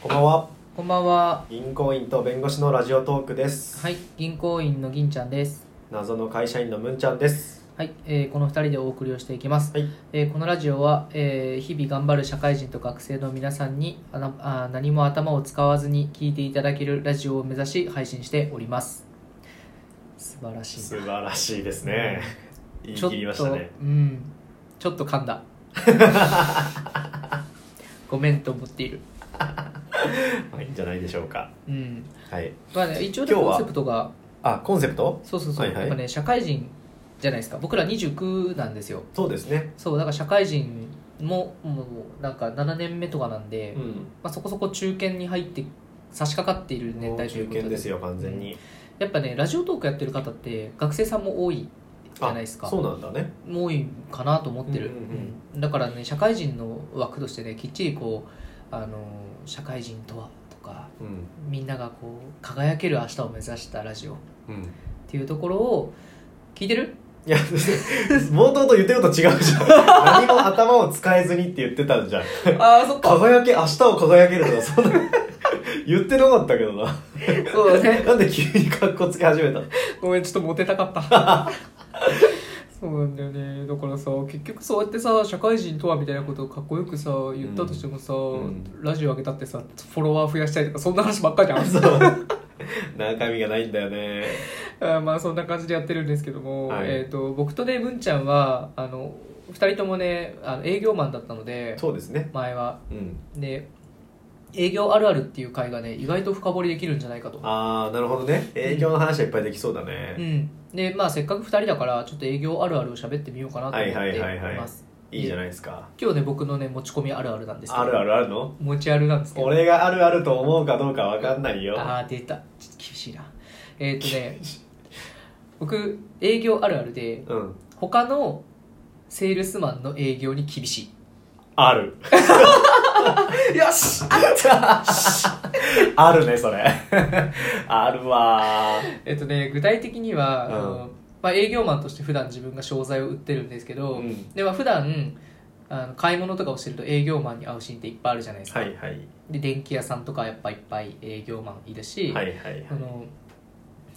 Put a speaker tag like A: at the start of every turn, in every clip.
A: こんばんは。
B: こんばんは。
A: 銀行員と弁護士のラジオトークです。
B: はい、銀行員の銀ちゃんです。
A: 謎の会社員のムンちゃんです。
B: はい、えーこの2人でお送りをしていきます。
A: はい。
B: えーこのラジオは、えー日々頑張る社会人と学生の皆さんにあなあー何も頭を使わずに聞いていただけるラジオを目指し配信しております。素晴らしい
A: 素晴らしいです ね。言い切りました
B: ちょっ
A: ね。
B: とうんちょっと噛 んだごめんと思っている
A: まあいいんじゃないでしょうか。
B: うん
A: はい。
B: まあね一応ね
A: 今日
B: コ
A: は
B: ンセプトが
A: あ、コンセプト？
B: そうそうそう、
A: はいはい
B: やっぱね社会人じゃないですか僕ら29なんですよ
A: そうですね。
B: そうだから社会人ももうなんか7年目とかなんで、
A: う
B: ま
A: ん。
B: あ、そこそこ中堅に入って差し掛かっている年
A: もう
B: 代とい
A: 中
B: うこと
A: 堅
B: で
A: ですよ完全に。
B: やっぱねラジオトークやってる方って学生さんも多いじゃないですか
A: そうなんだね。
B: もう多いかなと思ってる、
A: うん
B: うんだからね社会人の枠としてねきっちりこうあの社会人とはとか
A: うん。
B: みんながこう輝ける明日を目指したラジオっ
A: うん。
B: ていうところを聞いて る
A: いや、冒頭と言ってること違うじゃん。何も頭を使えずにって言ってたじゃん。
B: ああそっ か
A: 輝け、明日を輝けるとか、そんな、言ってなかったけどな。
B: そうだね
A: なんで急に格好つけ始めたの
B: ごめんちょっとモテたかった そうなんだよねだからさ結局そうやってさ社会人とはみたいなことをかっこよくさ言ったとしてもさ、
A: うん
B: ラジオ上げたってさフォロワー増やしたりとかそんな話ばっかりじゃん
A: そう。 中身がないんだよね。
B: あー まあそんな感じでやってるんですけども、
A: はい
B: えー、と僕とね文ちゃんはあの2人ともねあの営業マンだったので
A: そうですね。
B: 前は
A: うん。
B: で営業あるあるっていう回がね意外と深掘りできるんじゃないかと
A: あー、なるほどね。営業の話はいっぱいできそうだ
B: う
A: ね。
B: んでまあせっかく2人だからちょっと営業あるあるを喋ってみようかなと思っていま
A: は
B: す、
A: いはいはいはいいいじゃないですか。
B: 今日ね僕のね持ち込みあるあるなんですけど
A: あるあるあるの
B: 持ちあるなんですけど
A: 俺があるあると思うかどうかわかんないよ。
B: ああ出たちょっと厳しいなえーっ、と ね僕営業あるあるで
A: うん。
B: 他のセールスマンの営業に厳し
A: ある。
B: いよし
A: あるね、それ。あるわー。
B: えーっ、とね具体的には、
A: うん
B: あのまあ、営業マンとして普段自分が商材を売ってるんですけど、
A: うん
B: では普段あの買い物とかをしてると営業マンに会うシーンっていっぱいあるじゃないですか、
A: はいはい。
B: で電気屋さんとかやっぱいっぱい営業マンいるし、
A: はいはいはい。
B: あの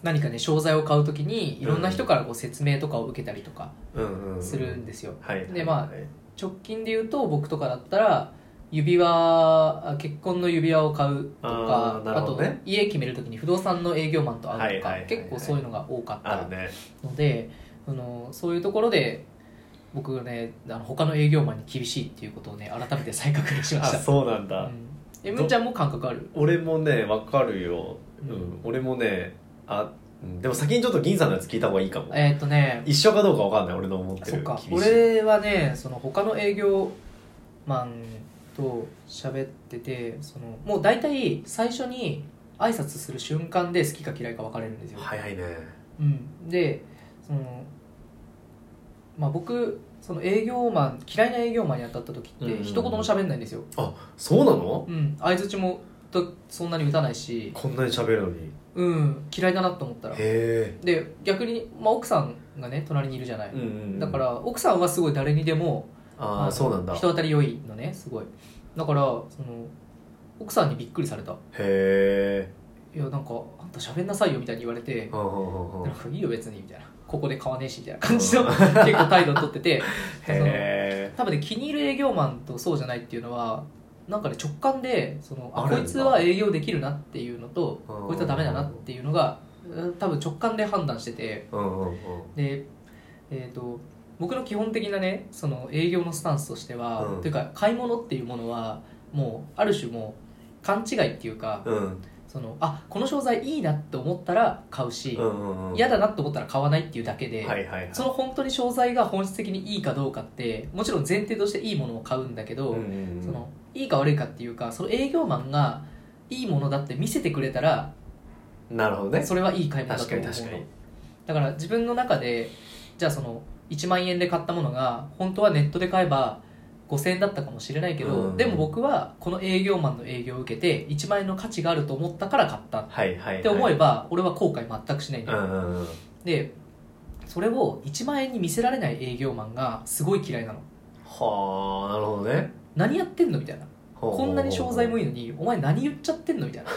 B: 何かね商材を買うときにいろんな人からこう説明とかを受けたりとか
A: うんうん。
B: するんですよ、
A: はい。
B: でまあ
A: はい
B: 直近で言うと僕とかだったら指輪あ結婚の指輪を買うとか
A: あーな
B: あ,、
A: るほ
B: と
A: どね
B: 家決めるときに不動産の営業マンと会うとか、
A: はいはいはいはい
B: 結構そういうのが多かっ
A: ある
B: た
A: ね。
B: のであのそういうところで僕がねあの他の営業マンに厳しいっていうことをね改めて再確認しま
A: あ、
B: した
A: そうなんだ。
B: うんえむんちゃんも感覚ある
A: 俺もねわかるよ、うん
B: うん
A: 俺もねあうんでも先にちょっと銀さんのやつ聞いた方がいいかも
B: えーっとね
A: 一緒かどうかわかんない俺の思って
B: そっ
A: る
B: か
A: 厳しい
B: 俺はねその他の営業マンと喋っててそのもう大体最初に挨拶する瞬間で好きか嫌いか分かれるんですよ、
A: 早いね
B: うん、でその、まあ、僕その営業マン嫌いな営業マンに当たった時っ
A: うんうんう
B: て
A: ん
B: 一言も喋んないんですよ、
A: そうなの
B: うん、相づちもとそんなに打たないし、
A: こんなに喋るのに
B: うん、嫌いだなと思ったら
A: へ
B: で逆に、まあ、奥さんがね隣にいるじゃない
A: え、うんうんうん
B: だから奥さんはすごい誰にでも
A: あ
B: の
A: あそうなんだへ
B: 人当たり良いのねすごいだからその奥さんにびっくりされた
A: え
B: 「いやなんかあんた喋んなさいよ」みたいに言われて
A: うんうんうん
B: 「
A: う
B: な
A: ん
B: んかいいよ別に」みたいな「ここで買わねえし」みたいな感じの結構態度をとっててその
A: へえ
B: 多分ね気に入る営業マンとそうじゃないっていうのはなんかね直感でそのあ
A: あるんだ
B: こいつは営業できるなっていうのと
A: うん
B: こいつはダメだなっていうのがうん多分直感で判断してて
A: うんうんうん
B: でえっ、と僕の基本的なねその営業のスタンスとしては、
A: うん
B: というか買い物っていうものはもうある種もう勘違いっていうか、
A: うん
B: そのあこの商材いいなって思ったら買うし
A: う、んうんうん
B: 嫌だなって思ったら買わないっていうだけで、
A: はいはいはい
B: その本当に商材が本質的にいいかどうかってもちろん前提としていいものを買うんだけど、
A: うんうんうん
B: そのいいか悪いかっていうかその営業マンがいいものだって見せてくれたら
A: なるほどね
B: それはいい買い物だと
A: 確か
B: 思う
A: に
B: の
A: 確かに
B: だから自分の中でじゃあその1万円で買ったものが本当はネットで買えば5000円だったかもしれないけど、
A: うん
B: でも僕はこの営業マンの営業を受けて1万円の価値があると思ったから買ったっ
A: はいはいはい
B: て思えば俺は後悔全くしないん
A: う
B: だよ、
A: んうんうん
B: でそれを1万円に見せられない営業マンがすごい嫌いなの
A: はあなるほどね
B: 何やってんのみたいな
A: はほうほうほう
B: こんなに商材もいいのにお前何言っちゃってんのみたいな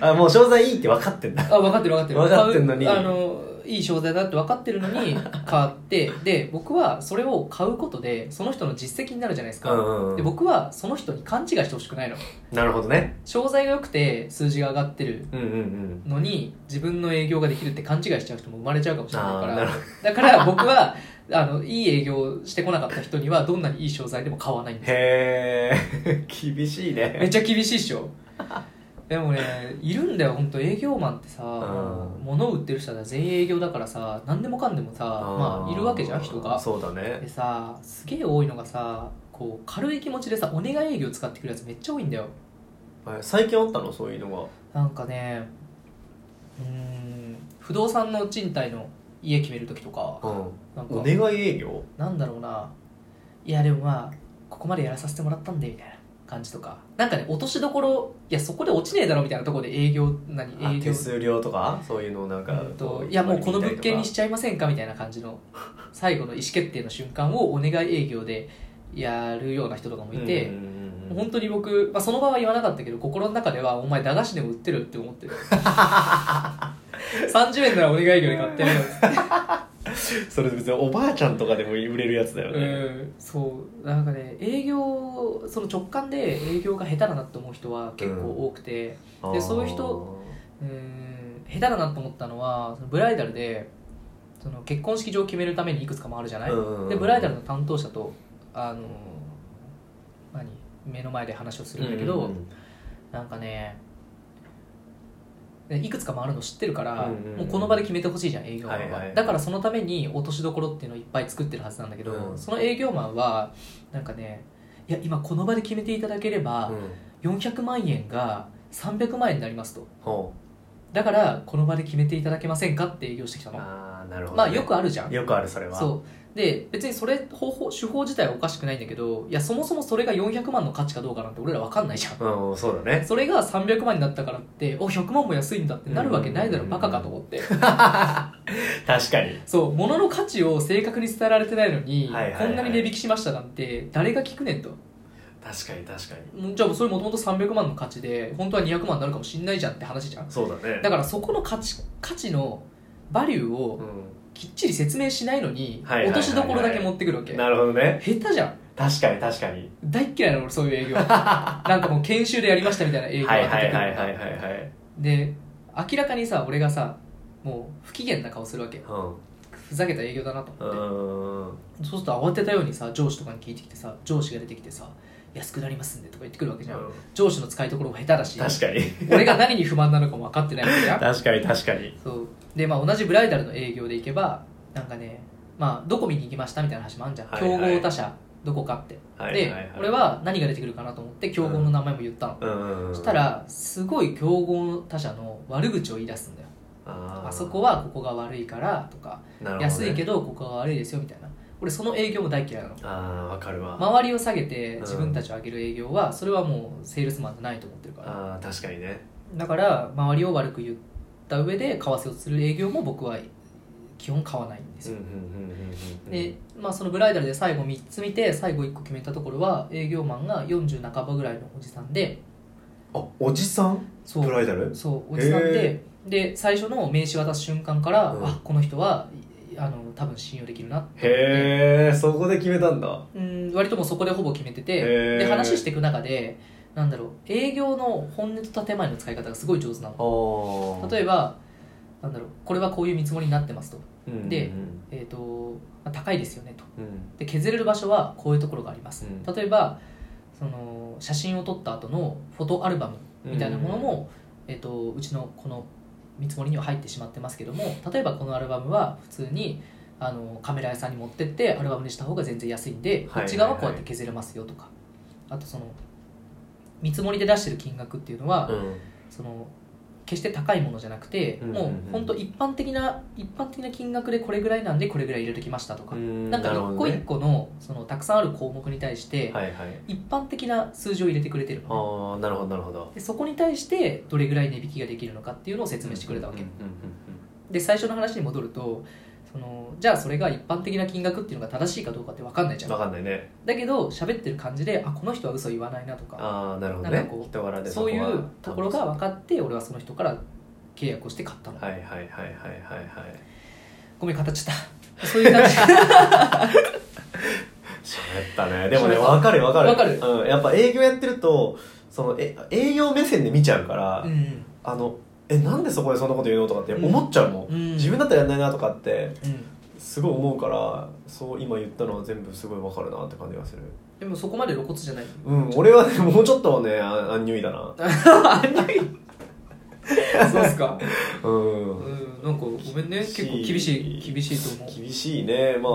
A: あもう商材いいって分かってんだ
B: あ分かってる分かってる
A: 分かってんのに
B: 買うあのいい商材だって分かってるの に買ってで僕はそれを買うことでその人の実績になるじゃないですか、
A: うんうん
B: で僕はその人に勘違いしてほしくないの
A: なるほどね
B: 商材が良くて数字が上がってる
A: うんうんうん
B: のに自分の営業ができるって勘違いしちゃう人も生まれちゃうかもしれない
A: あ
B: か
A: あ
B: ら
A: なるほど
B: だから僕はあのいい営業をしてこなかった人にはどんなにいい商材でも買わないんですよ
A: へえ 厳しい
B: めっ
A: ね
B: ちゃ厳しいっしょでもねいるんだよ本当営業マンってさ
A: ん
B: 物を売ってる人は全員営業だからさ何でもかんでもさまあいるわけじゃん人が
A: そうだ
B: で
A: ね
B: さすげえ多いのがさこう軽い気持ちでさお願い営業使ってくるやつめっちゃ多いんだよ
A: あ最近あったのそういうの
B: なんかねうーん不動産の賃貸の家決める時とか
A: が
B: なんか
A: お願い営業
B: なんだろうないやでもまあここまでやらさせてもらったんでみたいな感じとかなんかね落としどころいやそこで落ちねえだろみたいなところで営業何
A: あ
B: 営業
A: 手数料とかそういうのをなんか
B: うんといやもうこの物件にしちゃいませんかみたいな感じの最後の意思決定の瞬間をお願い営業でやるような人とかもいて、
A: うんうんうんうん
B: 本当に僕、まあ、その場は言わなかったけど心の中ではお前駄菓子でも売ってるって思っ てる30円ならお願い営業で買ってるよ
A: それ別におばあちゃんとかでも売れるやつだよ
B: う
A: ね
B: ん、そうなんかね営業その直感で営業が下手だなって思う人は結構多くて、でそういう人うん、下手だなと思ったのはそのブライダルでその結婚式場を決めるためにいくつかもあるじゃない、でブライダルの担当者とあの何目の前で話をするんだけど、なんかねねいくつか回るの知ってるから、
A: うんうんうん
B: もうこの場で決めてほしいじゃん営業マンは、
A: はいはいはい
B: だからそのために落としどころっていうのをいっぱい作ってるはずなんだけど、
A: うん
B: その営業マンはなんかねいや今この場で決めていただければ、400万円が300万円になりますとだからこの場で決めていただけませんかって営業してきたの
A: ああなるほど
B: まあよくあるじゃん
A: よくあるそれは
B: そうで別にそれ方法手法自体はおかしくないんだけどいやそもそもそれが400万の価値かどうかなんて俺ら分かんないじゃん
A: うんそうだね
B: それが300万になったからってお100万も安いんだってなるわけないだろ
A: うん
B: バカかと思って
A: 確かに
B: そう物の価値を正確に伝えられてないのに、
A: はいはいはい
B: こんなに値引きしましたなんて誰が聞くねんと
A: 確かに確かに
B: もうじゃあそれもともと300万の価値で本当は200万になるかもしんないじゃんって話じゃん
A: そうだね
B: だからそこの価値価値のバリューを
A: う
B: きっちり説明しないのに、
A: はいはいはいはい
B: 落としどころだけ持ってくるわけ
A: んなるほどね
B: 下手じゃん
A: 確かに確かに
B: 大っ嫌いなの俺そういう 営業なんかもう研修でやりましたみたいな営業が
A: はい
B: 出てく
A: は
B: る
A: い
B: の
A: はいはいはいはい
B: で明らかにさ俺がさもう不機嫌な顔するわけ
A: うん
B: ふざけた営業だなと
A: う
B: 思っ
A: ー
B: て
A: ん
B: そうすると慌てたようにさ上司とかに聞いてきてさ上司が出てきてさ安くなりますんでとか言ってくるわけじゃん、上司の使いどころも下手だし
A: 確か に
B: 俺が何に不満なのかも分かってないわけじゃ ん
A: 確かに確かに
B: そうでまあ同じブライダルの営業で行けばなんかねまあどこ見に行きましたみたいな話もあるじゃん、
A: はいはい
B: 競合他社どこかって、
A: はい
B: で、
A: はいはい
B: 俺は何が出てくるかなと思って競合の名前も言ったの、
A: うんうん
B: そしたらすごい競合他社の悪口を言い出すんだよ
A: あー
B: あそこはここが悪いからとか、
A: なるほどね
B: 安いけどここが悪いですよみたいな俺その営業も大嫌いなの
A: ああわかるわ
B: 周りを下げて
A: ん
B: 自分たちを上げる営業はそれはもうセールスマンじゃないと思ってるから
A: ああ確かにね
B: だから周りを悪く言った上で買わせをする営業も僕は基本買わないんです
A: うん
B: よ、
A: うんうんうんうん
B: でまあ、そのブライダルで最後3つ見て最後1個決めたところは営業マンが40半ばぐらいのおじさんで
A: あおじさん
B: そう
A: ブライダル
B: そうおじさんで
A: へ
B: で最初の名刺渡す瞬間から、
A: うん
B: あこの人はいあの多分信用できるなって思って
A: へえそこで決めたんだ
B: うん割ともうそこでほぼ決めてて
A: へー
B: で話していく中でなんだろう営業の本音と建前の使い方がすごい上手なの
A: あ
B: 例
A: え
B: えばなんだろうこれはこういう見積もりになってますと,、
A: ば
B: で
A: うん
B: えーとまあ高いですよねと
A: うん
B: で削れる場所はこういうところがあります、
A: うん
B: 例えばその写真を撮った後のフォトアルバムみたいなものも、えっとうちのこの見積もりには入ってしまってますけども例えばこのアルバムは普通にあのカメラ屋さんに持ってってアルバムにした方が全然安いんで、
A: はいはいはい
B: こっち側はこうやって削れますよとかあとその見積もりで出してる金額っていうのは、
A: うん
B: その決して高いものじゃなくて、
A: うんうんうん
B: もう本当一般的な一般的な金額でこれぐらいなんでこれぐらい入れてきましたとか、
A: うん
B: なんか
A: なるほ
B: 一
A: ど
B: 個
A: ね
B: 一個のそのたくさんある項目に対して、
A: はいはい
B: 一般的な数字を入れてくれてるのね
A: ああなるほどなるほど
B: でそこに対してどれぐらい値引きができるのかっていうのを説明してくれたわけ、で最初の話に戻るとそのじゃあそれが一般的な金額っていうのが正しいかどうかって分かんないじゃん
A: 分かんないね
B: だけど喋ってる感じであこの人は嘘言わないなとか
A: ああなるほど
B: なん
A: ね
B: かこう
A: 人柄で
B: そうい
A: こは
B: うところが分かって俺はその人から契約をして買ったの、
A: はいはいはいはいはいはい
B: ごめん語っちゃったそういう 感じ
A: 喋った ねでもね
B: 喋った
A: 分かる分かる
B: わかる
A: うん、やっぱ営業やってるとそのえ営業目線で見ちゃうから、
B: うん
A: あのえなんでそこでそんなこと言うのとかって思っちゃうもん、
B: うん
A: 自分だったらやんないなとかって
B: うん
A: すごい思うからそう今言ったのは全部すごい分かるなって感じがする
B: でもそこまで露骨じゃない
A: うん俺はねもうちょっとねあアンニュイだな
B: そうっすか
A: うん、
B: うんなんかごめんね結構厳しい厳しいと思う
A: 厳しいねまあ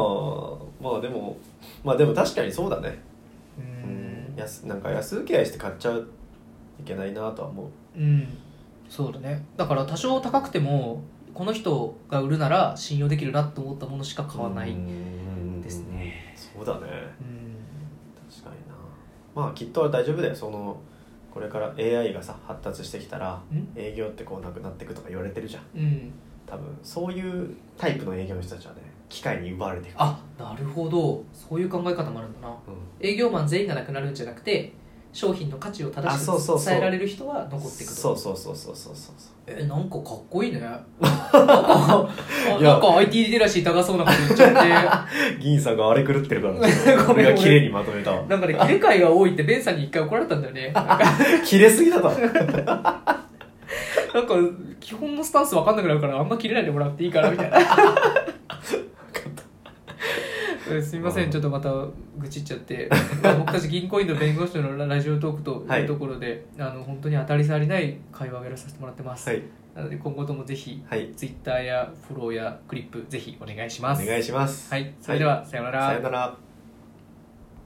A: まあでもまあでも確かにそうだね
B: う
A: うんん安なんか安請け合いして買っちゃいけないなとは思う
B: うんそうだねだから多少高くてもこの人が売るなら信用できるなと思ったものしか買わない
A: うん
B: ですね
A: そうだね
B: うん
A: 確かになまあきっと大丈夫だよそのこれから AI がさ発達してきたら
B: うん
A: 営業ってこうなくなっていくとか言われてるじゃん
B: うん
A: 多分そういうタイプの営業の人たちはね機械に奪われていく
B: あなるほどそういう考え方もあるんだな
A: うん
B: 営業マン全員がなくなるんじゃなくて商品の価値を正
A: あ
B: し
A: そうそう
B: く
A: そう
B: 伝えられる人は残っていくと
A: そうそうそうそうそうそうそう
B: えなんかかっこいいねなんかあ
A: いや
B: なんか IT リテラシー高そうなこと言っち ゃっ
A: 銀さんがあれ狂ってるから
B: ごめん
A: 俺が綺麗にまとめたわ
B: てなんかね切れ替えが多いってベンさんに一回怒られたんだよねなんか
A: 切れすぎだと思う
B: なんか基本のスタンス分かんなくなるからあんま切れないでもらっていいからみたいなうんすみませ
A: うん
B: んちょっとまた愚痴っちゃって僕たち銀行員の弁護士のラジオトークと
A: はい
B: いうところで、あの本当に当たり障りない会話をやらさせてもらってます、
A: はい
B: なので今後ともぜひ
A: はい
B: ツイッターやフォローやクリップぜひお願いし
A: お
B: ます
A: 願いします
B: はいそれでは、さようなら
A: さよなら